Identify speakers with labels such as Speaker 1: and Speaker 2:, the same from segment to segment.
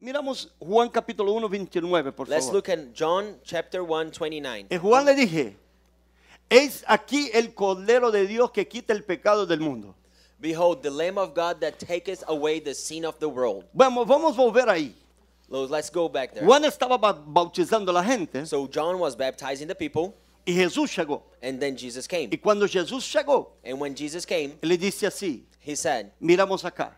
Speaker 1: Miramos Juan capítulo 1, 29, por
Speaker 2: Let's
Speaker 1: favor.
Speaker 2: look at John chapter 1, 29.
Speaker 1: Y Juan le dije, es aquí el Cordero de Dios que quita el pecado del mundo.
Speaker 2: Behold, the Lamb of God that taketh away the sin of the world.
Speaker 1: Vamos, vamos a volver ahí.
Speaker 2: Lo- Let's go back there.
Speaker 1: Juan estaba ba- bautizando a la gente
Speaker 2: So John was baptizing the people,
Speaker 1: y Jesús llegó.
Speaker 2: and then Jesus came.
Speaker 1: Y cuando Jesús llegó,
Speaker 2: And when Jesus came,
Speaker 1: él le dice así,
Speaker 2: he said,
Speaker 1: miramos acá,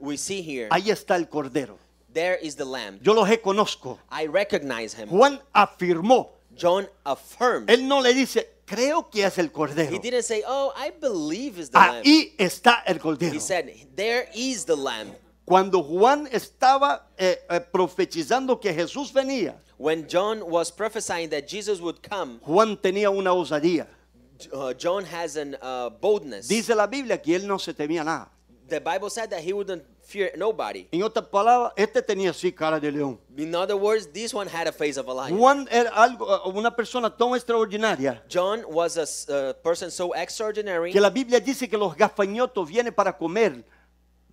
Speaker 2: We see here,
Speaker 1: ahí está el Cordero.
Speaker 2: there is the Lamb.
Speaker 1: Yo los conozco.
Speaker 2: I recognize him.
Speaker 1: Juan afirmó,
Speaker 2: John affirmed.
Speaker 1: él no le dice, creo que es el Cordero.
Speaker 2: He didn't say, Oh, I believe is the Lamb.
Speaker 1: Ahí está el Cordero.
Speaker 2: He said, There is the Lamb.
Speaker 1: Cuando Juan estaba eh, eh, profetizando que Jesús venía,
Speaker 2: When John was prophesying that Jesus would come,
Speaker 1: Juan tenía una osadía.
Speaker 2: uh, John has an uh, boldness.
Speaker 1: Dice la Biblia que él no se temía nada.
Speaker 2: The Bible said that he wouldn't fear nobody.
Speaker 1: En otras palabras, este tenía así cara de león.
Speaker 2: In other words, this one had a face of a lion.
Speaker 1: Juan era algo, eh, una persona tan extraordinaria
Speaker 2: John was a s- uh, person so extraordinary.
Speaker 1: que la Biblia dice que los gafañotos vienen para comer,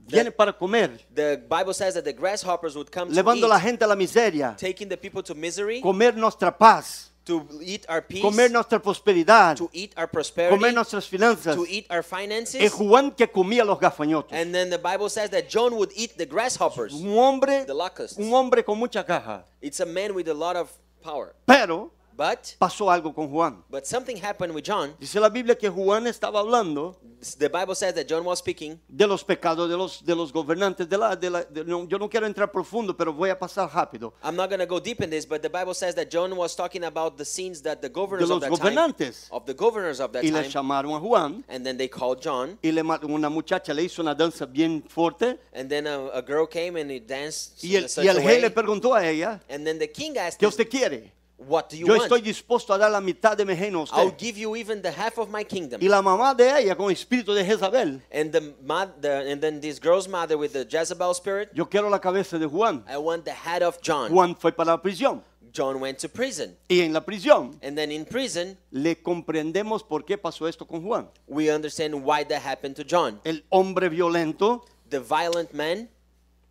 Speaker 1: vienen para comer,
Speaker 2: The Bible says that the grasshoppers would come to
Speaker 1: llevando a la
Speaker 2: eat,
Speaker 1: gente a la miseria,
Speaker 2: taking the people to misery,
Speaker 1: comer nuestra paz,
Speaker 2: to eat our peace,
Speaker 1: comer nuestra prosperidad,
Speaker 2: to eat our prosperity,
Speaker 1: comer nuestras finanzas.
Speaker 2: to eat our
Speaker 1: Es
Speaker 2: finances.
Speaker 1: Juan que comía los gafañotos.
Speaker 2: And then the Bible says that John would eat the grasshoppers.
Speaker 1: Un hombre,
Speaker 2: The locusts.
Speaker 1: un hombre con mucha caja.
Speaker 2: It's a man with a lot of power.
Speaker 1: Pero
Speaker 2: But
Speaker 1: pasó algo con Juan.
Speaker 2: but something happened with John.
Speaker 1: Dice la Biblia que Juan estaba hablando
Speaker 2: The Bible says that John was speaking
Speaker 1: de los pecados de los, de los gobernantes. De la, de la- de- no, yo no quiero entrar profundo, pero voy a pasar rápido.
Speaker 2: I'm not going to go deep in this, but the Bible says that John was talking about the sins that the governors
Speaker 1: De
Speaker 2: of that
Speaker 1: los
Speaker 2: time,
Speaker 1: gobernantes.
Speaker 2: of the governors of that
Speaker 1: Y le
Speaker 2: time,
Speaker 1: llamaron a Juan
Speaker 2: and then they called John,
Speaker 1: y le, ma- una muchacha le hizo una danza bien fuerte
Speaker 2: and then a, a girl came and he danced
Speaker 1: y el,
Speaker 2: in such
Speaker 1: y el
Speaker 2: a
Speaker 1: rey
Speaker 2: way,
Speaker 1: le preguntó a ella,
Speaker 2: and then the king asked,
Speaker 1: ¿qué
Speaker 2: him,
Speaker 1: usted quiere?
Speaker 2: "What do you
Speaker 1: Yo
Speaker 2: want?
Speaker 1: estoy dispuesto a dar la mitad de mi reino a
Speaker 2: I'll
Speaker 1: usted.
Speaker 2: give you even the half of my kingdom."
Speaker 1: Y la mamá de ella con espíritu de Jezabel,
Speaker 2: And the, mod, the and then this girl's mother with the Jezebel spirit,
Speaker 1: yo quiero la cabeza de Juan.
Speaker 2: I want the head of John.
Speaker 1: Juan fue para la prisión
Speaker 2: John went to prison,
Speaker 1: y en la prisión
Speaker 2: and then in prison
Speaker 1: le comprendemos por qué pasó esto con Juan.
Speaker 2: we understand why that happened to John.
Speaker 1: El hombre violento,
Speaker 2: The violent man,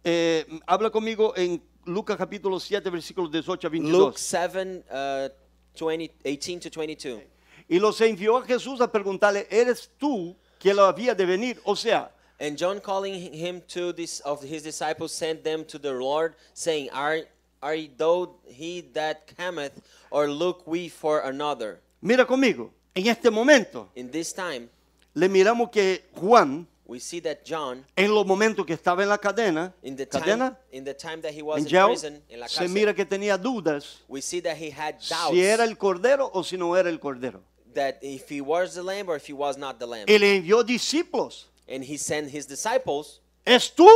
Speaker 1: eh, habla conmigo en Lucas capítulo 7, versículos 18 a 22.
Speaker 2: Luke 7, uh, 20, 18 to 22.
Speaker 1: Y los envió a Jesús a preguntarle, ¿eres tú que lo había de venir? O sea,
Speaker 2: And John calling him to this of his disciples sent them to the Lord, saying, Are are ye thou he that cometh, or look we for another?
Speaker 1: mira conmigo, en este momento
Speaker 2: In this time
Speaker 1: le miramos que Juan,
Speaker 2: we see that John
Speaker 1: en los momentos que estaba en la cadena,
Speaker 2: in the time
Speaker 1: cadena,
Speaker 2: in the time that he was
Speaker 1: en
Speaker 2: in
Speaker 1: jail,
Speaker 2: prison in la
Speaker 1: se
Speaker 2: cárcel,
Speaker 1: mira que tenía dudas
Speaker 2: we see that he had doubts
Speaker 1: si era el cordero o si no era el cordero.
Speaker 2: that if he was the lamb or if he was not the lamb.
Speaker 1: Y le envió discípulos,
Speaker 2: and he sent his disciples,
Speaker 1: ¿es tú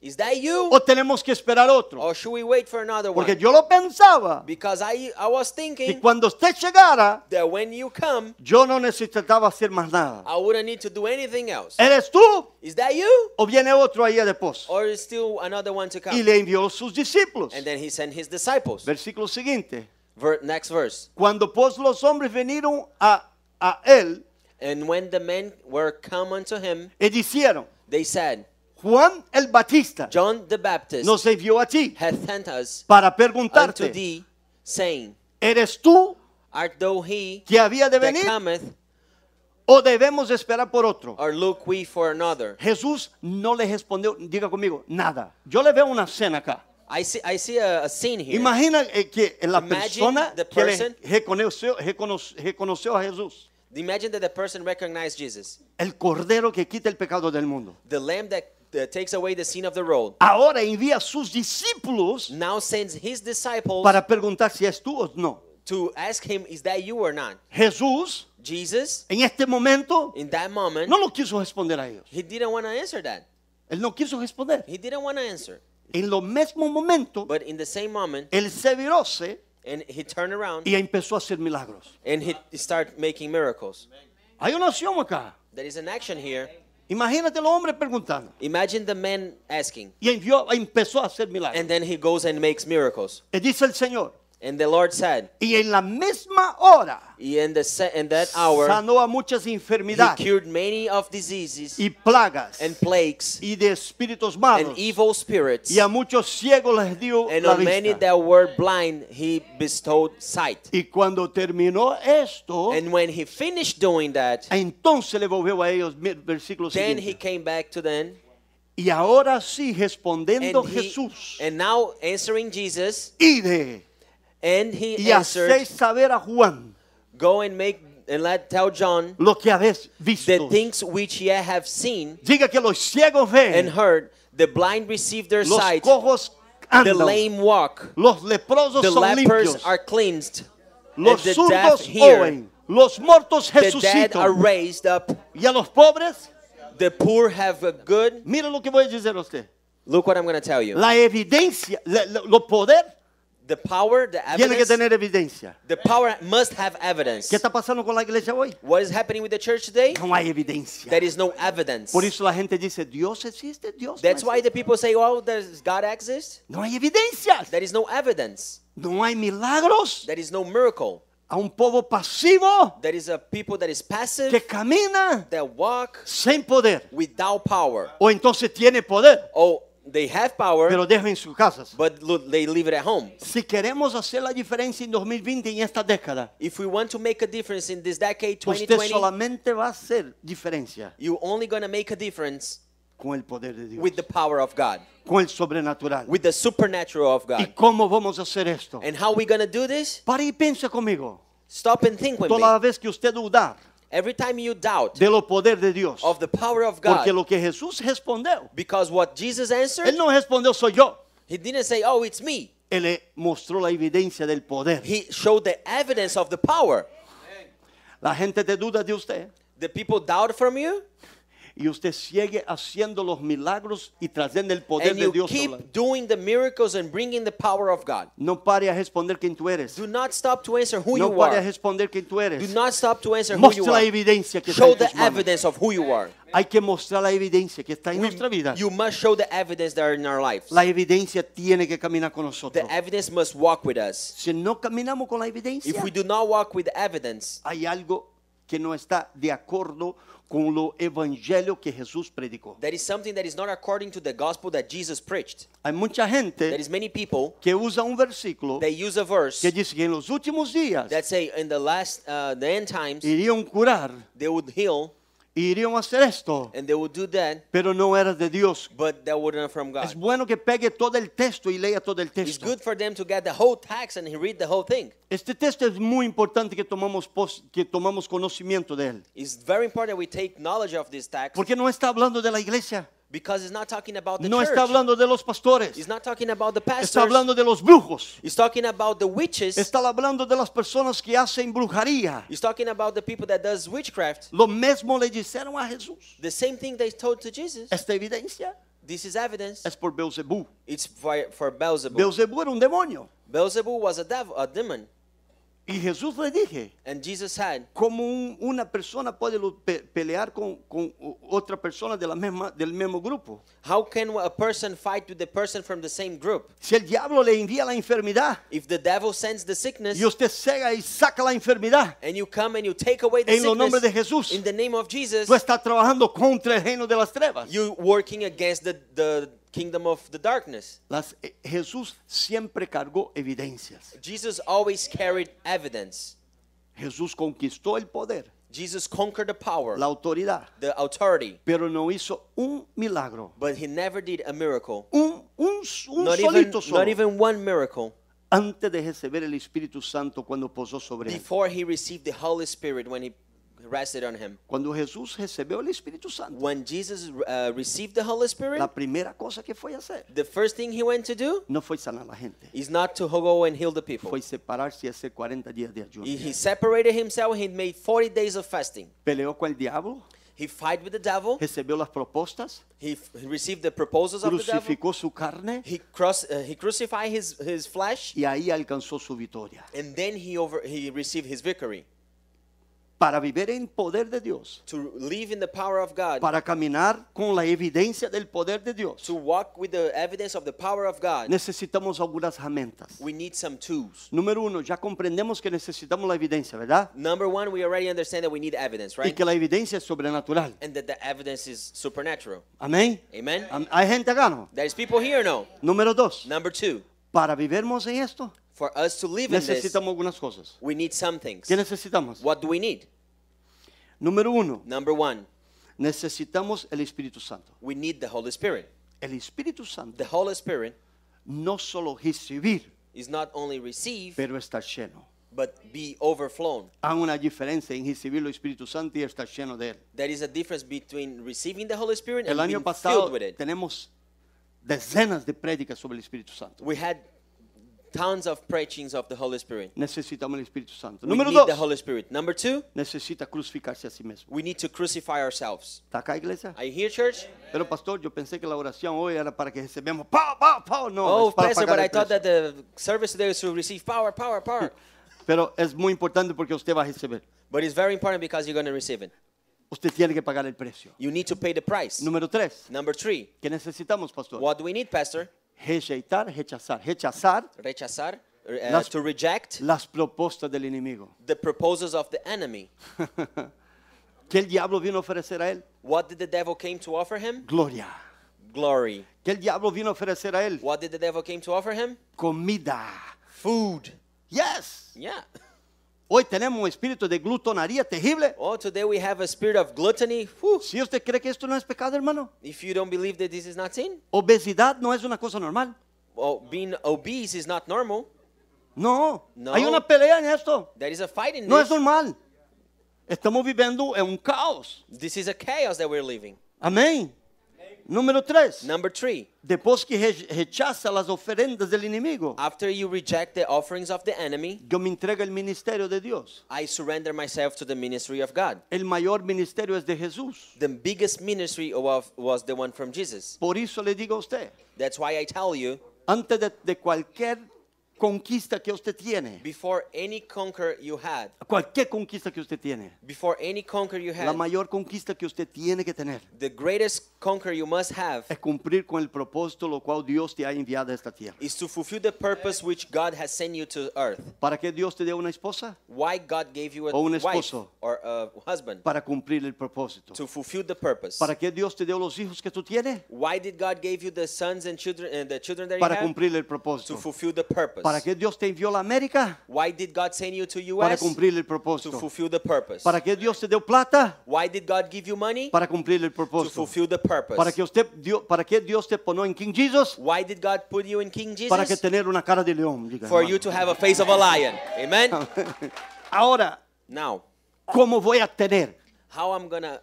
Speaker 2: Is that you?
Speaker 1: o tenemos que esperar otro?
Speaker 2: Or should we wait for another one?
Speaker 1: Porque yo lo pensaba
Speaker 2: Because I I was
Speaker 1: que
Speaker 2: thinking
Speaker 1: cuando usted llegara,
Speaker 2: that when you come,
Speaker 1: yo no necesitaba hacer más nada.
Speaker 2: I wouldn't need to do anything else.
Speaker 1: ¿Eres tú
Speaker 2: Is that you?
Speaker 1: o viene otro ahí después?
Speaker 2: Or is still another one to
Speaker 1: Y
Speaker 2: come?
Speaker 1: le envió sus discípulos.
Speaker 2: And then he sent his disciples.
Speaker 1: Versículo siguiente.
Speaker 2: Ver, next verse.
Speaker 1: Cuando pues los hombres vinieron a, a él
Speaker 2: And when the men were come unto him,
Speaker 1: y dijeron,
Speaker 2: they said,
Speaker 1: Juan el Batista
Speaker 2: John the Baptist
Speaker 1: nos envió a ti
Speaker 2: hath sent us
Speaker 1: para
Speaker 2: unto
Speaker 1: preguntarte,
Speaker 2: thee, saying,
Speaker 1: ¿eres tú
Speaker 2: Art thou he
Speaker 1: que había de
Speaker 2: that
Speaker 1: venir
Speaker 2: cometh,
Speaker 1: o debemos esperar por otro?
Speaker 2: or look we for another?
Speaker 1: Jesús no le respondió, diga conmigo, nada. Yo le veo una escena acá.
Speaker 2: I see I see a, a scene here.
Speaker 1: Imagina eh, que la
Speaker 2: Imagine
Speaker 1: persona
Speaker 2: the
Speaker 1: que le
Speaker 2: person-
Speaker 1: reconoció, recono- reconoció a Jesús,
Speaker 2: Imagine that the person recognized Jesus,
Speaker 1: el cordero que quita el pecado del mundo.
Speaker 2: the lamb that, that takes away the sin of the road.
Speaker 1: ahora envía a sus discípulos
Speaker 2: Now sends his disciples
Speaker 1: para preguntar si es tú o no.
Speaker 2: to ask him, Is that you or not?
Speaker 1: Jesús
Speaker 2: Jesus,
Speaker 1: en este momento
Speaker 2: in that moment,
Speaker 1: no lo quiso responder a ellos.
Speaker 2: he didn't want to answer that.
Speaker 1: Él no quiso responder.
Speaker 2: He didn't want to answer.
Speaker 1: En lo mismo momento,
Speaker 2: But in the same moment,
Speaker 1: él se viróse
Speaker 2: and he turned around
Speaker 1: y empezó a hacer milagros.
Speaker 2: and he started making miracles.
Speaker 1: Hay una acción acá.
Speaker 2: There is an action here.
Speaker 1: Imagínate el hombre preguntando.
Speaker 2: Imagine the man asking,
Speaker 1: Y envió, empezó a hacer milagros.
Speaker 2: and then he goes and makes miracles.
Speaker 1: Y dice el Señor,
Speaker 2: And the Lord said,
Speaker 1: Y en la misma hora
Speaker 2: "He in the se- in that hour
Speaker 1: sanó a muchas
Speaker 2: he
Speaker 1: enfermedades
Speaker 2: cured many of diseases
Speaker 1: y plagas
Speaker 2: and plagues
Speaker 1: y de espíritus
Speaker 2: and
Speaker 1: malos.
Speaker 2: evil spirits,
Speaker 1: Y a muchos ciegos les dio
Speaker 2: and
Speaker 1: la
Speaker 2: on many
Speaker 1: vista.
Speaker 2: that were blind he bestowed sight."
Speaker 1: Y cuando terminó esto,
Speaker 2: And when he finished doing that,
Speaker 1: entonces le volvió a ellos, mi- versículo
Speaker 2: then he
Speaker 1: siguiente.
Speaker 2: came back to them,
Speaker 1: Y ahora sí,
Speaker 2: and,
Speaker 1: respondiendo
Speaker 2: he-
Speaker 1: Jesús,
Speaker 2: and now answering Jesus,
Speaker 1: ide
Speaker 2: and he
Speaker 1: y
Speaker 2: answered,
Speaker 1: hacéis saber a Juan
Speaker 2: "Go and make and let tell John
Speaker 1: lo que habéis
Speaker 2: the
Speaker 1: visto.
Speaker 2: things which ye have seen
Speaker 1: Diga que los ciegos
Speaker 2: and
Speaker 1: ven,
Speaker 2: heard, the blind receive their
Speaker 1: los
Speaker 2: sight,
Speaker 1: cojos
Speaker 2: the
Speaker 1: andan,
Speaker 2: lame walk,
Speaker 1: los leprosos
Speaker 2: the
Speaker 1: son
Speaker 2: lepers
Speaker 1: limpios,
Speaker 2: are cleansed,
Speaker 1: los
Speaker 2: and the deaf
Speaker 1: zurdos
Speaker 2: hear,
Speaker 1: oyen, los muertos
Speaker 2: the dead are
Speaker 1: resucitan.
Speaker 2: raised up,
Speaker 1: Y a los pobres,
Speaker 2: the poor have a good.
Speaker 1: mire lo que voy a decir a usted.
Speaker 2: Look what I'm going to tell you.
Speaker 1: La evidencia, la- la- lo poder
Speaker 2: The power, the
Speaker 1: tiene que
Speaker 2: evidence,
Speaker 1: tener evidencia.
Speaker 2: the power must have evidence.
Speaker 1: ¿Qué está pasando con la iglesia hoy?
Speaker 2: What is happening with the church today?
Speaker 1: No hay evidencia.
Speaker 2: There is no evidence.
Speaker 1: Por eso la gente dice, Dios existe, Dios no
Speaker 2: That's why
Speaker 1: existe.
Speaker 2: the people say, "Oh, does God exist?"
Speaker 1: No hay evidencias,
Speaker 2: There is no evidence.
Speaker 1: no hay milagros.
Speaker 2: There is no miracle.
Speaker 1: A un pueblo pasivo
Speaker 2: There is a people that is passive,
Speaker 1: que camina
Speaker 2: that walk
Speaker 1: sin poder.
Speaker 2: without power.
Speaker 1: O entonces tiene poder,
Speaker 2: Oh, they have power,
Speaker 1: pero deja en sus casas.
Speaker 2: but look, they live it at home.
Speaker 1: Si queremos hacer la diferencia en 2020, en esta década,
Speaker 2: If we want to make a difference in this decade,
Speaker 1: usted
Speaker 2: 2020,
Speaker 1: solamente va a hacer diferencia
Speaker 2: you're only going to make a difference
Speaker 1: con el poder de Dios,
Speaker 2: with the power of God,
Speaker 1: con el sobrenatural.
Speaker 2: with the supernatural of
Speaker 1: ¿Y
Speaker 2: God.
Speaker 1: cómo vamos a hacer esto?
Speaker 2: And how we going to do this?
Speaker 1: Para y piensa conmigo.
Speaker 2: Stop and think with
Speaker 1: Toda
Speaker 2: me.
Speaker 1: vez que usted dudar
Speaker 2: Every time you doubt
Speaker 1: de lo poder de Dios,
Speaker 2: of the power of
Speaker 1: porque
Speaker 2: God,
Speaker 1: lo que Jesús respondeu,
Speaker 2: because what Jesus answered,
Speaker 1: él no respondió soy yo.
Speaker 2: he didn't say, "Oh, it's me."
Speaker 1: Él le mostró la evidencia del poder.
Speaker 2: He showed the evidence of the power.
Speaker 1: La gente te duda de usted
Speaker 2: The people doubt from you,
Speaker 1: y usted sigue haciendo los milagros y trayendo el poder
Speaker 2: and
Speaker 1: de
Speaker 2: you
Speaker 1: Dios. sobre la-
Speaker 2: keep doing the miracles and bringing the power of God.
Speaker 1: No pare a responder quién tú eres.
Speaker 2: Do not stop to answer who
Speaker 1: No
Speaker 2: you
Speaker 1: pare a
Speaker 2: are.
Speaker 1: responder quién tú
Speaker 2: Do
Speaker 1: eres.
Speaker 2: not stop to answer who you
Speaker 1: Mostra la
Speaker 2: are.
Speaker 1: evidencia que está
Speaker 2: Show
Speaker 1: en
Speaker 2: the
Speaker 1: tus manos.
Speaker 2: evidence of who you are.
Speaker 1: Hay que mostrar la evidencia que está en
Speaker 2: We-
Speaker 1: nuestra vida.
Speaker 2: You must show the evidence that are in our lives.
Speaker 1: La evidencia tiene que caminar con nosotros.
Speaker 2: The evidence must walk with us.
Speaker 1: Si no caminamos con la evidencia,
Speaker 2: If we do not walk with evidence,
Speaker 1: hay algo que no está de acuerdo con lo evangelio que Jesús predicó.
Speaker 2: that is something that is not according to the gospel that Jesus preached.
Speaker 1: Hay mucha
Speaker 2: There
Speaker 1: gente
Speaker 2: is many people
Speaker 1: que usa un versículo
Speaker 2: that use a verse
Speaker 1: que dice que en los últimos días
Speaker 2: that say in the last, uh, the end times,
Speaker 1: irían a curar,
Speaker 2: they would heal
Speaker 1: irían a hacer esto,
Speaker 2: and they would do that,
Speaker 1: pero no era de Dios.
Speaker 2: but that wouldn't from God.
Speaker 1: Es bueno que pegue todo el texto y lea todo el
Speaker 2: It's
Speaker 1: texto.
Speaker 2: good for them to get the whole text and read the whole thing.
Speaker 1: Este texto es muy importante que tomamos, pos- que tomamos conocimiento de él.
Speaker 2: It's very important we take knowledge of this text
Speaker 1: Porque no está hablando de la iglesia,
Speaker 2: because it's not talking about the
Speaker 1: no
Speaker 2: church.
Speaker 1: está hablando de los pastores,
Speaker 2: It's not talking about the pastors.
Speaker 1: está hablando de los brujos,
Speaker 2: It's talking about the witches.
Speaker 1: está hablando de las personas que hacen brujería.
Speaker 2: It's talking about the people that does witchcraft.
Speaker 1: Lo mismo le dijeron a Jesús.
Speaker 2: The same thing they told to Jesus.
Speaker 1: Esta evidencia
Speaker 2: This is evidence.
Speaker 1: es por Beelzebú.
Speaker 2: It's for, for Beelzebub.
Speaker 1: Beelzebú era un demonio.
Speaker 2: Beelzebub was a devil, a demon.
Speaker 1: Y Jesús le dije,
Speaker 2: And Jesus said,
Speaker 1: ¿cómo un- una persona puede lu- pe- pelear con, con o- otra persona de la misma, del mismo grupo?
Speaker 2: how can a person fight with the person from the same group?
Speaker 1: Si el diablo le envía la enfermedad
Speaker 2: If the devil sends the sickness
Speaker 1: y usted cega y saca la enfermedad,
Speaker 2: and you come and you take away the
Speaker 1: En lo
Speaker 2: sickness
Speaker 1: nombre de Jesús.
Speaker 2: in the name of Jesus,
Speaker 1: tú estás trabajando contra el reino de las trevas.
Speaker 2: you working against the, the kingdom of the darkness.
Speaker 1: Las- eh, Jesús siempre cargó evidencias.
Speaker 2: Jesus always carried evidence.
Speaker 1: Jesús conquistó el poder,
Speaker 2: Jesus conquered the power,
Speaker 1: la autoridad,
Speaker 2: the authority,
Speaker 1: pero no hizo un milagro.
Speaker 2: but he never did a miracle.
Speaker 1: un, un, s- un
Speaker 2: Not even,
Speaker 1: solito solo
Speaker 2: not even one miracle
Speaker 1: antes de recibir el Espíritu Santo cuando posó sobre él.
Speaker 2: before he received the Holy Spirit when he rested on him.
Speaker 1: Cuando Jesús recibió el Espíritu Santo,
Speaker 2: When Jesus uh, received the Holy Spirit,
Speaker 1: la primera cosa que fue a hacer
Speaker 2: the first thing he went to do
Speaker 1: no fue sanar a la gente,
Speaker 2: is not to go and heal the people.
Speaker 1: fue separarse y hacer 40 días de ayuno.
Speaker 2: He, he separated himself. He made 40 days of fasting.
Speaker 1: Peleó con el diablo,
Speaker 2: He fight with the devil.
Speaker 1: recibió las propuestas,
Speaker 2: He, f- he received the proposals of the devil.
Speaker 1: crucificó su carne
Speaker 2: He cross, uh, he crucified his his flesh,
Speaker 1: y ahí alcanzó su victoria.
Speaker 2: and then he over he received his victory.
Speaker 1: para vivir en poder de Dios,
Speaker 2: to live in the power of God,
Speaker 1: para caminar con la evidencia del poder de Dios,
Speaker 2: to walk with the evidence of the power of God,
Speaker 1: necesitamos algunas herramientas.
Speaker 2: we need some tools.
Speaker 1: Número uno, ya comprendemos que necesitamos la evidencia, ¿verdad?
Speaker 2: Number one, we already understand that we need evidence,
Speaker 1: Y
Speaker 2: right?
Speaker 1: que la evidencia es sobrenatural.
Speaker 2: And that the evidence is supernatural.
Speaker 1: Amén.
Speaker 2: Amen?
Speaker 1: Am- Hay gente acá, ¿no?
Speaker 2: There's people here, no?
Speaker 1: Número dos,
Speaker 2: Number two,
Speaker 1: para vivirmos en esto,
Speaker 2: for us to live in this,
Speaker 1: necesitamos algunas cosas.
Speaker 2: we need some things.
Speaker 1: ¿Qué necesitamos?
Speaker 2: What do we need?
Speaker 1: Número uno,
Speaker 2: Number one,
Speaker 1: necesitamos el Espíritu Santo.
Speaker 2: we need the Holy Spirit.
Speaker 1: El Espíritu Santo
Speaker 2: The Holy Spirit
Speaker 1: no solo recibir,
Speaker 2: is not only receive,
Speaker 1: pero estar lleno.
Speaker 2: but be overflown.
Speaker 1: Hay una diferencia en recibir el Espíritu Santo y estar lleno de él.
Speaker 2: There is a difference between receiving the Holy Spirit and
Speaker 1: El año
Speaker 2: being
Speaker 1: pasado
Speaker 2: filled with it.
Speaker 1: tenemos decenas de prédicas sobre el Espíritu Santo.
Speaker 2: We had tons of preachings of the Holy Spirit.
Speaker 1: Necesitamos el Espíritu Santo.
Speaker 2: We
Speaker 1: Número
Speaker 2: need the
Speaker 1: dos,
Speaker 2: Holy Spirit. Number two,
Speaker 1: necesita crucificarse a sí mismo.
Speaker 2: we need to crucify ourselves.
Speaker 1: ¿Está acá, iglesia?
Speaker 2: Are you here, church?
Speaker 1: Pero pastor, yo pensé que la oración hoy era para que recibamos ¡Pau, pau, pau! No,
Speaker 2: Oh,
Speaker 1: es para
Speaker 2: Pastor,
Speaker 1: pagar
Speaker 2: but
Speaker 1: el
Speaker 2: I thought
Speaker 1: precio.
Speaker 2: that the service today is to receive power, power, power.
Speaker 1: Pero es muy importante porque usted va a recibir.
Speaker 2: but it's very important because you're going to receive it.
Speaker 1: Usted tiene que pagar el precio.
Speaker 2: You need to pay the price.
Speaker 1: Número tres,
Speaker 2: Number three,
Speaker 1: ¿qué necesitamos, pastor?
Speaker 2: what do we need, Pastor?
Speaker 1: Rejeitar, rechazar. Rechazar
Speaker 2: Rechazar, uh,
Speaker 1: Las-
Speaker 2: to reject
Speaker 1: las propuestas del enemigo.
Speaker 2: the proposals of the enemy.
Speaker 1: ¿Qué el diablo vino a ofrecer a él?
Speaker 2: What did the devil came to offer him?
Speaker 1: Gloria.
Speaker 2: Glory.
Speaker 1: ¿Qué el diablo vino a ofrecer a él?
Speaker 2: What did the devil came to offer him?
Speaker 1: Comida.
Speaker 2: Food.
Speaker 1: Yes.
Speaker 2: Yeah.
Speaker 1: Hoy tenemos un espíritu de glutonaría terrible.
Speaker 2: Oh, today we have a spirit of gluttony. Whew.
Speaker 1: Si usted cree que esto no es pecado, hermano,
Speaker 2: If you don't believe that this is not sin,
Speaker 1: obesidad no es una cosa normal.
Speaker 2: well, being obese is not normal.
Speaker 1: No.
Speaker 2: No.
Speaker 1: Hay una pelea en esto.
Speaker 2: There is a fight in
Speaker 1: No es
Speaker 2: this.
Speaker 1: normal. Estamos viviendo en un caos.
Speaker 2: This is a chaos that we're living.
Speaker 1: Amén. Número tres.
Speaker 2: Number three,
Speaker 1: Depois que re- rechaza las ofrendas del enemigo,
Speaker 2: after you reject the offerings of the enemy,
Speaker 1: yo me entrego el ministerio de Dios.
Speaker 2: I surrender myself to the ministry of God.
Speaker 1: El mayor ministerio es de Jesús.
Speaker 2: The biggest ministry of, was the one from Jesus.
Speaker 1: Por eso le digo a usted,
Speaker 2: That's why I tell you,
Speaker 1: antes de, de cualquier conquista que usted tiene,
Speaker 2: before any conquer you had,
Speaker 1: cualquier conquista que usted tiene,
Speaker 2: before any conquer you
Speaker 1: la
Speaker 2: had,
Speaker 1: mayor conquista que usted tiene que tener
Speaker 2: the greatest conquer you must have
Speaker 1: es cumplir con el propósito lo cual Dios te ha enviado a esta tierra.
Speaker 2: is to fulfill the purpose which God has sent you to earth.
Speaker 1: ¿Para qué Dios te dio una esposa?
Speaker 2: Why God gave you a
Speaker 1: Ou um
Speaker 2: wife
Speaker 1: esposo.
Speaker 2: or a husband
Speaker 1: Para cumplir el propósito.
Speaker 2: to fulfill the purpose.
Speaker 1: ¿Para qué Dios te dio los hijos que tú tienes?
Speaker 2: Why did God give you the sons and children and the children that you
Speaker 1: Para
Speaker 2: have
Speaker 1: cumplir el
Speaker 2: to
Speaker 1: propósito.
Speaker 2: fulfill the purpose?
Speaker 1: ¿Para qué Dios te envió a la América?
Speaker 2: Why did God send you to
Speaker 1: Para
Speaker 2: US
Speaker 1: cumplir el
Speaker 2: to
Speaker 1: propósito.
Speaker 2: fulfill the purpose?
Speaker 1: ¿Para qué Dios te dio plata?
Speaker 2: Why did God give you money
Speaker 1: Para cumplir el
Speaker 2: to
Speaker 1: propósito.
Speaker 2: fulfill the purpose?
Speaker 1: ¿Para que usted dio, para qué Dios te ponó en King Jesus?
Speaker 2: Why did God put you in King Jesus
Speaker 1: Para que tener una cara de león. diga,
Speaker 2: for
Speaker 1: hermano.
Speaker 2: you to have a face of a lion? Amen.
Speaker 1: Ahora,
Speaker 2: now,
Speaker 1: ¿cómo voy a tener
Speaker 2: how I'm gonna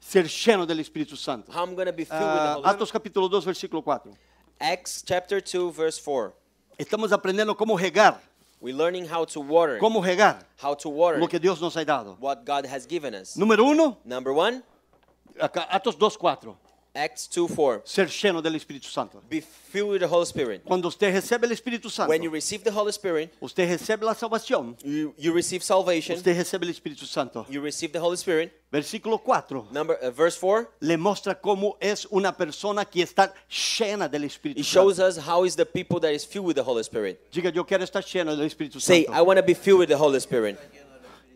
Speaker 1: ser lleno del Espíritu Santo?
Speaker 2: how I'm gonna be filled with the
Speaker 1: Ah,
Speaker 2: Holy Spirit?
Speaker 1: Actos capítulo 2, versículo 4.
Speaker 2: Acts chapter two verse four.
Speaker 1: Estamos aprendiendo cómo regar,
Speaker 2: We're learning how to water, it,
Speaker 1: cómo regar
Speaker 2: how to water
Speaker 1: lo
Speaker 2: it,
Speaker 1: que Dios nos ha dado.
Speaker 2: what God has given us.
Speaker 1: Número uno,
Speaker 2: Number one,
Speaker 1: acá, Actos 2, 4.
Speaker 2: Acts two four.
Speaker 1: Ser lleno del Espíritu Santo.
Speaker 2: Be filled with the Holy Spirit.
Speaker 1: Cuando usted recibe el Espíritu Santo,
Speaker 2: When you receive the Holy Spirit,
Speaker 1: usted recibe la salvación,
Speaker 2: you, you receive salvation.
Speaker 1: usted recibe el Espíritu Santo.
Speaker 2: You receive the Holy Spirit.
Speaker 1: Versículo 4
Speaker 2: Number uh, verse four.
Speaker 1: le muestra cómo es una persona que está llena del Espíritu
Speaker 2: It shows
Speaker 1: Santo.
Speaker 2: us how is the people that is filled with the Holy Spirit.
Speaker 1: Diga, yo quiero estar lleno del Espíritu
Speaker 2: Say, I
Speaker 1: Santo.
Speaker 2: want to be filled with the Holy Spirit.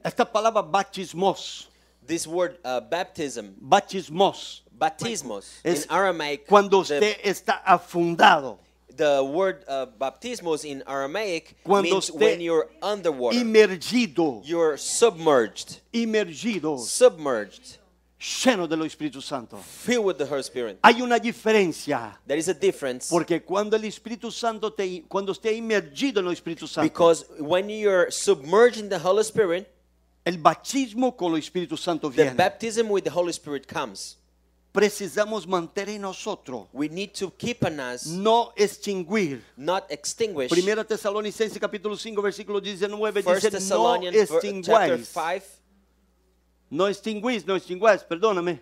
Speaker 1: Esta palabra bautismos,
Speaker 2: This word uh, baptism,
Speaker 1: bautismos,
Speaker 2: baptismos
Speaker 1: Es
Speaker 2: in Aramaic.
Speaker 1: cuando usted está afundado,
Speaker 2: the, the word uh, baptismos in Aramaic
Speaker 1: Cuando
Speaker 2: means
Speaker 1: usted-
Speaker 2: when you're underwater.
Speaker 1: inmergido,
Speaker 2: you're submerged,
Speaker 1: inmergido,
Speaker 2: submerged,
Speaker 1: lleno del Espíritu Santo.
Speaker 2: filled with the Holy Spirit.
Speaker 1: Hay una diferencia,
Speaker 2: There is a difference
Speaker 1: porque cuando el Espíritu Santo te, cuando usted es inmergido en el Espíritu Santo,
Speaker 2: because when you're submerged in the Holy Spirit,
Speaker 1: el bautismo con el Espíritu Santo
Speaker 2: the
Speaker 1: viene.
Speaker 2: baptism with the Holy Spirit comes.
Speaker 1: Precisamos mantener en nosotros,
Speaker 2: We need to keep on us,
Speaker 1: no extinguir.
Speaker 2: not extinguish.
Speaker 1: Primeira Tessalonicenses capítulo 5 versículo 19
Speaker 2: First
Speaker 1: dice no
Speaker 2: Thessalonians ver- chapter
Speaker 1: extinguáis,
Speaker 2: 5,
Speaker 1: no extinguís, no extinguáis, perdóname,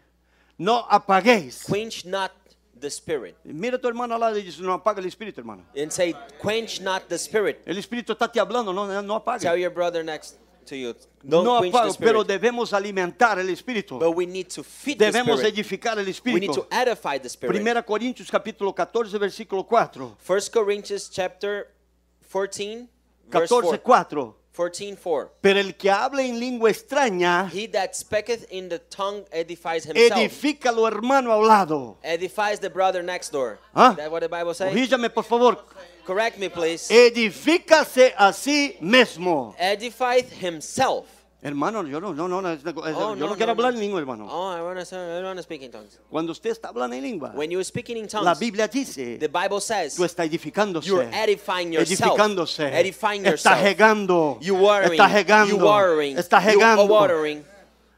Speaker 1: no apaguéis.
Speaker 2: quench not the spirit.
Speaker 1: Mira a tu hermano al lado y dice no apaga el espíritu hermano.
Speaker 2: And say, quench not the spirit.
Speaker 1: El espíritu está te hablando, no, no
Speaker 2: Tell
Speaker 1: apague.
Speaker 2: your brother next, to you. Don't
Speaker 1: No
Speaker 2: quench the
Speaker 1: apago,
Speaker 2: spirit.
Speaker 1: pero debemos alimentar el espíritu.
Speaker 2: but we need to feed the
Speaker 1: Debemos
Speaker 2: spirit.
Speaker 1: edificar el
Speaker 2: We need to
Speaker 1: espíritu.
Speaker 2: edify the spirit.
Speaker 1: 1 Coríntios capítulo 14, versículo 4.
Speaker 2: 1 Corinthians chapter 14, verse
Speaker 1: 14,
Speaker 2: 4.
Speaker 1: 4.
Speaker 2: 14, 4.
Speaker 1: Pero el que hable en lengua extraña,
Speaker 2: He that speaketh in the tongue edifies himself.
Speaker 1: edifica lo hermano al lado.
Speaker 2: edifies the brother next door.
Speaker 1: Huh?
Speaker 2: That what the Bible says?
Speaker 1: Corríjame, por favor.
Speaker 2: Correct me, please.
Speaker 1: Edifícase a sí mismo.
Speaker 2: Edifieth himself.
Speaker 1: Hermano, yo no, no, no, no, es- es- yo
Speaker 2: Oh, no,
Speaker 1: no quiero
Speaker 2: no, no.
Speaker 1: hablar en lengua, hermano.
Speaker 2: Oh, I want to. I want to speak in tongues.
Speaker 1: Cuando usted está hablando en lengua,
Speaker 2: When you're speaking in
Speaker 1: la
Speaker 2: tongues,
Speaker 1: Biblia dice,
Speaker 2: the Bible says
Speaker 1: tú está edificándose.
Speaker 2: you're edifying yourself.
Speaker 1: edificándose.
Speaker 2: Edifying
Speaker 1: está
Speaker 2: yourself.
Speaker 1: regando.
Speaker 2: You watering.
Speaker 1: está regando.
Speaker 2: You watering.
Speaker 1: está
Speaker 2: You are
Speaker 1: regando.
Speaker 2: watering.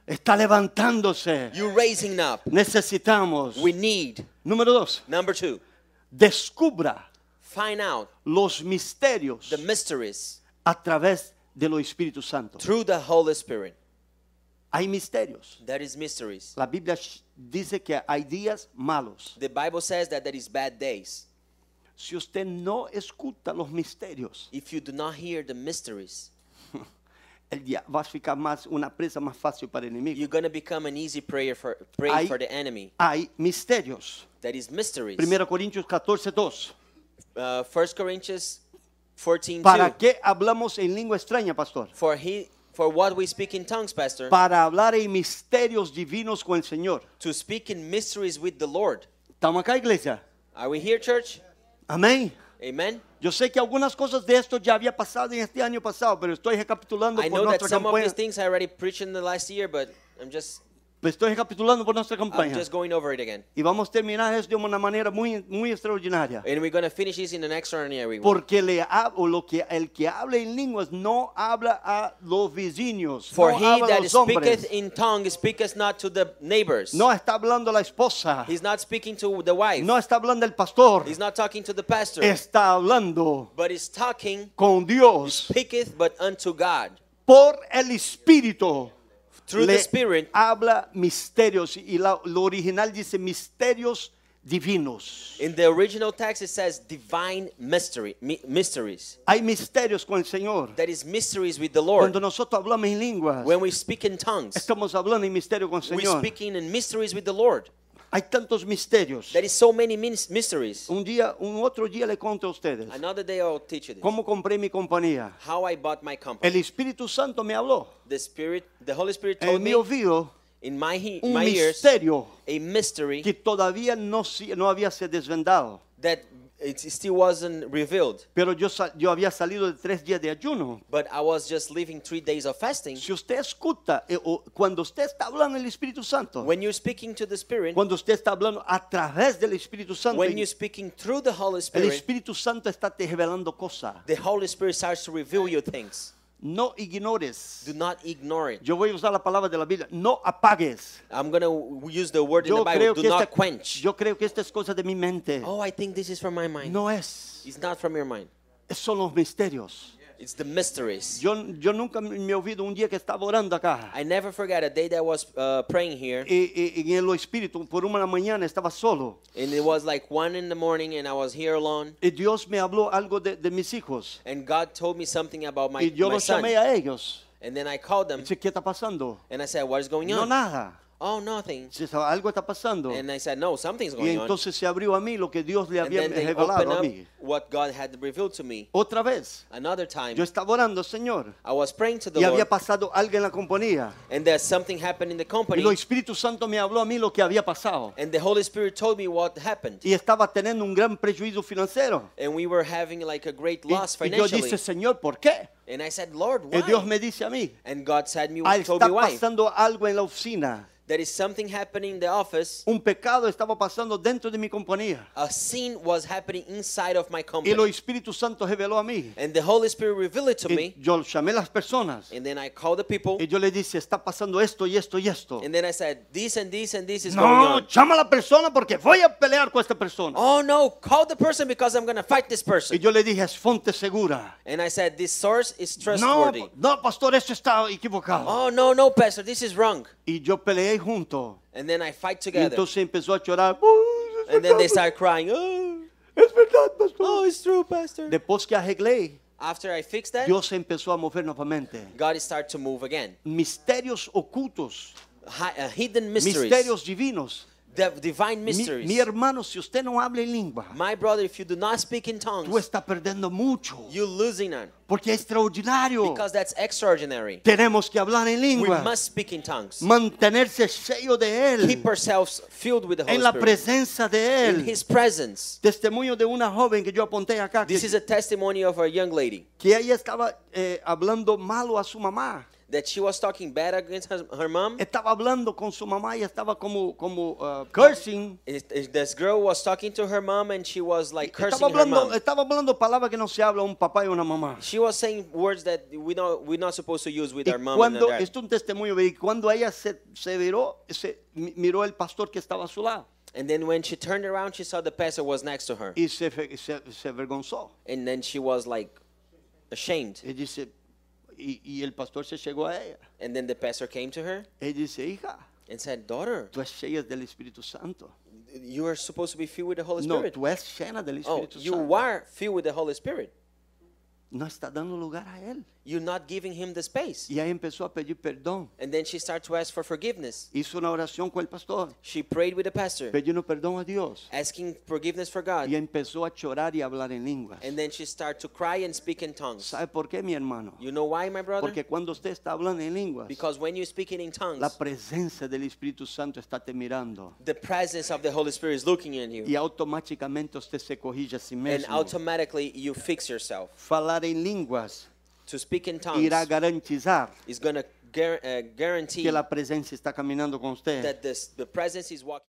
Speaker 1: está levantándose.
Speaker 2: You raising up.
Speaker 1: Necesitamos.
Speaker 2: We need
Speaker 1: Número dos.
Speaker 2: number two.
Speaker 1: Descubra
Speaker 2: Find out
Speaker 1: los misterios
Speaker 2: the mysteries
Speaker 1: a través de lo Espíritu Santo.
Speaker 2: through the Holy Spirit.
Speaker 1: Hay misterios.
Speaker 2: That is mysteries.
Speaker 1: La Biblia sh- dice que hay días malos.
Speaker 2: The Bible says that there is bad days.
Speaker 1: Si usted no escucha los misterios,
Speaker 2: If you do not hear the mysteries,
Speaker 1: el dia- va a ficar más una presa más fácil para el enemigo.
Speaker 2: you're gonna become an easy prayer for prey
Speaker 1: Hay-
Speaker 2: for the enemy.
Speaker 1: Hay misterios.
Speaker 2: That is mysteries.
Speaker 1: 1 Corintios 14, 2.
Speaker 2: Uh, 1 Corinthians 14
Speaker 1: ¿Para
Speaker 2: 2.
Speaker 1: qué hablamos en lengua extraña, pastor?
Speaker 2: For he for what we speak in tongues, Pastor,
Speaker 1: Para hablar en misterios divinos con el Señor.
Speaker 2: to speak in mysteries with the Lord.
Speaker 1: ¿Estamos acá, iglesia?
Speaker 2: Are we here, church?
Speaker 1: Amén.
Speaker 2: Amen.
Speaker 1: Yo sé que algunas cosas de esto ya había pasado en este año pasado, pero estoy recapitulando
Speaker 2: I
Speaker 1: por
Speaker 2: know that
Speaker 1: nuestra
Speaker 2: some of
Speaker 1: campaña.
Speaker 2: these things I already preached in the last year, but I'm just
Speaker 1: Estoy recapitulando por nuestra
Speaker 2: I'm
Speaker 1: campaña.
Speaker 2: just going over it again.
Speaker 1: Y vamos a terminar esto de una manera muy, muy extraordinaria.
Speaker 2: And we're gonna finish this in an extraordinary way.
Speaker 1: Porque le ha- o lo que, el que habla en lenguas no habla a los vecinos,
Speaker 2: For
Speaker 1: no
Speaker 2: he
Speaker 1: habla a
Speaker 2: that
Speaker 1: los
Speaker 2: speaketh
Speaker 1: hombres,
Speaker 2: in tongues speaketh not to the neighbors.
Speaker 1: no está hablando a la esposa,
Speaker 2: He's not speaking to the wife.
Speaker 1: no está hablando el pastor,
Speaker 2: He's not talking to the pastor.
Speaker 1: está hablando
Speaker 2: But he's talking,
Speaker 1: con Dios
Speaker 2: speaketh but unto God.
Speaker 1: por el Espíritu.
Speaker 2: Through
Speaker 1: le
Speaker 2: the Spirit,
Speaker 1: habla misterios y la- lo original dice misterios divinos.
Speaker 2: In the original text, it says divine mystery, mi- mysteries.
Speaker 1: Hay misterios con el Señor.
Speaker 2: That is mysteries with the
Speaker 1: Cuando
Speaker 2: Lord.
Speaker 1: nosotros hablamos en lenguas,
Speaker 2: When we speak in tongues,
Speaker 1: estamos hablando en misterio con el
Speaker 2: we're
Speaker 1: Señor.
Speaker 2: speaking in mysteries with the Lord.
Speaker 1: Hay tantos misterios.
Speaker 2: There is so many mis- mysteries.
Speaker 1: Un día, un otro día le conto a ustedes
Speaker 2: Another day I'll teach you this.
Speaker 1: cómo compré mi compañía.
Speaker 2: How I bought my company.
Speaker 1: El Espíritu Santo me habló
Speaker 2: The Spirit, the Holy Spirit told
Speaker 1: en mi
Speaker 2: me
Speaker 1: oído
Speaker 2: in my, he-
Speaker 1: un
Speaker 2: my ears
Speaker 1: misterio
Speaker 2: a mystery
Speaker 1: que todavía no, se- no había se desvendado.
Speaker 2: that it still wasn't revealed.
Speaker 1: Pero yo, sa- yo había salido de tres días de ayuno.
Speaker 2: But I was just living three days of fasting.
Speaker 1: Si usted escucha, eh, o cuando usted está hablando el Espíritu Santo,
Speaker 2: When you're speaking to the Spirit,
Speaker 1: cuando usted está hablando a través del Espíritu Santo,
Speaker 2: when you're speaking through the Holy
Speaker 1: el
Speaker 2: Spirit,
Speaker 1: Espíritu Santo está te revelando cosas.
Speaker 2: the Holy Spirit starts to reveal you things.
Speaker 1: No ignores.
Speaker 2: Do not ignore it.
Speaker 1: Yo voy a usar la palabra de la Biblia. No apagues.
Speaker 2: I'm going to use the word in
Speaker 1: Yo
Speaker 2: the Bible.
Speaker 1: creo,
Speaker 2: Do
Speaker 1: que
Speaker 2: not
Speaker 1: esta,
Speaker 2: quench.
Speaker 1: yo creo que esta es cosa de mi mente.
Speaker 2: Oh, I think this is from my mind.
Speaker 1: No es.
Speaker 2: It's not from your mind.
Speaker 1: Son los misterios.
Speaker 2: It's the mysteries.
Speaker 1: Yo, yo nunca me olvido un día que estaba orando acá.
Speaker 2: I never forgot a day that I was uh, praying here,
Speaker 1: Y, y- y en el Espíritu, por una mañana estaba solo.
Speaker 2: and it was like 1 in the morning, and I was here alone.
Speaker 1: Y Dios me habló algo de, de mis hijos.
Speaker 2: And God told me something about my,
Speaker 1: Y yo
Speaker 2: my
Speaker 1: los
Speaker 2: son.
Speaker 1: llamé a ellos.
Speaker 2: And then I called them,
Speaker 1: Dice, ¿qué está pasando?
Speaker 2: and I said, What is going
Speaker 1: No,
Speaker 2: on?
Speaker 1: nada.
Speaker 2: Oh, nothing.
Speaker 1: Dice, algo está pasando.
Speaker 2: And I said, No, something's
Speaker 1: Y
Speaker 2: going on.
Speaker 1: entonces se abrió a mí lo que Dios le
Speaker 2: And
Speaker 1: había
Speaker 2: then they opened
Speaker 1: revelado a
Speaker 2: up
Speaker 1: mí.
Speaker 2: what God had revealed to me.
Speaker 1: Otra vez,
Speaker 2: Another time,
Speaker 1: yo estaba orando, Señor.
Speaker 2: I was praying to the
Speaker 1: Y había
Speaker 2: Lord,
Speaker 1: pasado algo en la compañía.
Speaker 2: and there's something happened in the
Speaker 1: Y
Speaker 2: company.
Speaker 1: el Espíritu Santo me habló a mí lo que había pasado.
Speaker 2: And the Holy Spirit told me what happened.
Speaker 1: Y estaba teniendo un gran prejuicio financiero.
Speaker 2: And we were having like a great
Speaker 1: Y,
Speaker 2: loss
Speaker 1: y yo
Speaker 2: financially.
Speaker 1: dije, Señor, ¿por qué?
Speaker 2: and I said, Lord,
Speaker 1: Y Dios
Speaker 2: why?
Speaker 1: me dice a mí,
Speaker 2: And God said me,
Speaker 1: "Ah,
Speaker 2: told me
Speaker 1: está
Speaker 2: why.
Speaker 1: pasando algo en la oficina.
Speaker 2: There is something happening in the office.
Speaker 1: Un pecado estaba pasando dentro de mi compañía.
Speaker 2: A sin was happening inside of my
Speaker 1: Y
Speaker 2: company.
Speaker 1: el Espíritu Santo reveló a mí.
Speaker 2: and the Holy Spirit revealed it to
Speaker 1: Y
Speaker 2: me.
Speaker 1: yo llamé a las personas.
Speaker 2: And then I called the people.
Speaker 1: Y yo le dije, está pasando esto y esto y esto.
Speaker 2: and then I said, this and this and this is going
Speaker 1: No,
Speaker 2: on.
Speaker 1: llama a la persona porque voy a pelear con esta persona.
Speaker 2: Oh no, call the person because I'm going to fight this
Speaker 1: Y
Speaker 2: person.
Speaker 1: yo le dije, es fonte segura.
Speaker 2: and I said, this source is
Speaker 1: No,
Speaker 2: trustworthy.
Speaker 1: no, pastor, esto está equivocado.
Speaker 2: oh no, no, pastor, this is wrong.
Speaker 1: Y yo peleé junto.
Speaker 2: And then I fight
Speaker 1: Y
Speaker 2: together.
Speaker 1: entonces empezó a llorar.
Speaker 2: and then they start crying. Oh.
Speaker 1: Es verdad, pastor.
Speaker 2: Oh, it's true, Pastor.
Speaker 1: Después que arreglé,
Speaker 2: After I fixed that,
Speaker 1: Dios empezó a mover nuevamente.
Speaker 2: God started to move again.
Speaker 1: Misterios ocultos,
Speaker 2: Hi- uh, hidden mysteries,
Speaker 1: misterios divinos.
Speaker 2: the divine
Speaker 1: Mi,
Speaker 2: mysteries.
Speaker 1: mi er- hermano, si usted no habla en lengua,
Speaker 2: My brother, if you do not speak in
Speaker 1: tú
Speaker 2: tongues,
Speaker 1: está perdiendo mucho,
Speaker 2: you're losing on
Speaker 1: porque es extraordinario.
Speaker 2: because that's extraordinary.
Speaker 1: Tenemos que hablar en
Speaker 2: We
Speaker 1: Oh. lengua, Mm.
Speaker 2: must speak in tongues.
Speaker 1: mantenerse sello de Él,
Speaker 2: Keep ourselves filled with the Holy
Speaker 1: en la
Speaker 2: Spirit.
Speaker 1: presencia de
Speaker 2: In
Speaker 1: Él.
Speaker 2: His presence.
Speaker 1: Testimonio de una joven que yo apunté acá, que,
Speaker 2: This is a testimony of a young lady
Speaker 1: que ella estaba eh, hablando malo a su mamá.
Speaker 2: that she was talking bad against her, her mom.
Speaker 1: Estaba hablando con su mamá y estaba como, como ah, cursing.
Speaker 2: It- it- this girl was talking to her mom and she was like
Speaker 1: Estaba
Speaker 2: cursing her
Speaker 1: hablando,
Speaker 2: mom.
Speaker 1: estaba hablando palabras que no se habla a un papá y una mamá.
Speaker 2: She was saying words that we not, we're not supposed to use with
Speaker 1: Y
Speaker 2: our mom and our
Speaker 1: cuando,
Speaker 2: dad.
Speaker 1: esto es un testimonio, y cuando ella se, se viró, se mi- miró el pastor que estaba a su lado
Speaker 2: And then when she turned around, she saw the pastor was next to her.
Speaker 1: y se, fe- se, se avergonzó.
Speaker 2: And then she was like ashamed.
Speaker 1: Y dice, y, y el pastor se llegó a ella.
Speaker 2: And then the pastor came to her
Speaker 1: Él dice, hija,
Speaker 2: and said, Daughter,
Speaker 1: tú eres llena del Espíritu Santo.
Speaker 2: you are supposed to be filled with the Holy
Speaker 1: No,
Speaker 2: Spirit.
Speaker 1: tú eres llena del
Speaker 2: Oh,
Speaker 1: Espíritu
Speaker 2: you
Speaker 1: Santo.
Speaker 2: are filled with the Holy Spirit.
Speaker 1: No está dando lugar a él.
Speaker 2: You're not giving him the space.
Speaker 1: Y ahí empezó a pedir perdón.
Speaker 2: And then she started to ask for forgiveness.
Speaker 1: Hizo una oración con el pastor,
Speaker 2: She prayed with the pastor,
Speaker 1: pidiendo perdón a Dios.
Speaker 2: asking forgiveness for God.
Speaker 1: Y empezó a llorar y a hablar en lenguas.
Speaker 2: And then she started to cry and speak in tongues.
Speaker 1: ¿Sabe por qué, mi hermano?
Speaker 2: You know why, my brother?
Speaker 1: Porque cuando usted está hablando en lenguas,
Speaker 2: Because when you're speaking in
Speaker 1: La
Speaker 2: tongues,
Speaker 1: presencia del Espíritu Santo está te mirando
Speaker 2: the presence of the Holy Spirit is looking at you.
Speaker 1: y automáticamente usted se corrige a sí
Speaker 2: And
Speaker 1: mismo.
Speaker 2: automatically you fix yourself.
Speaker 1: Falar en lenguas
Speaker 2: To speak in tongues
Speaker 1: irá a garantizar
Speaker 2: is going to guarantee
Speaker 1: que la presencia está caminando con usted.
Speaker 2: that this, the presence is walking.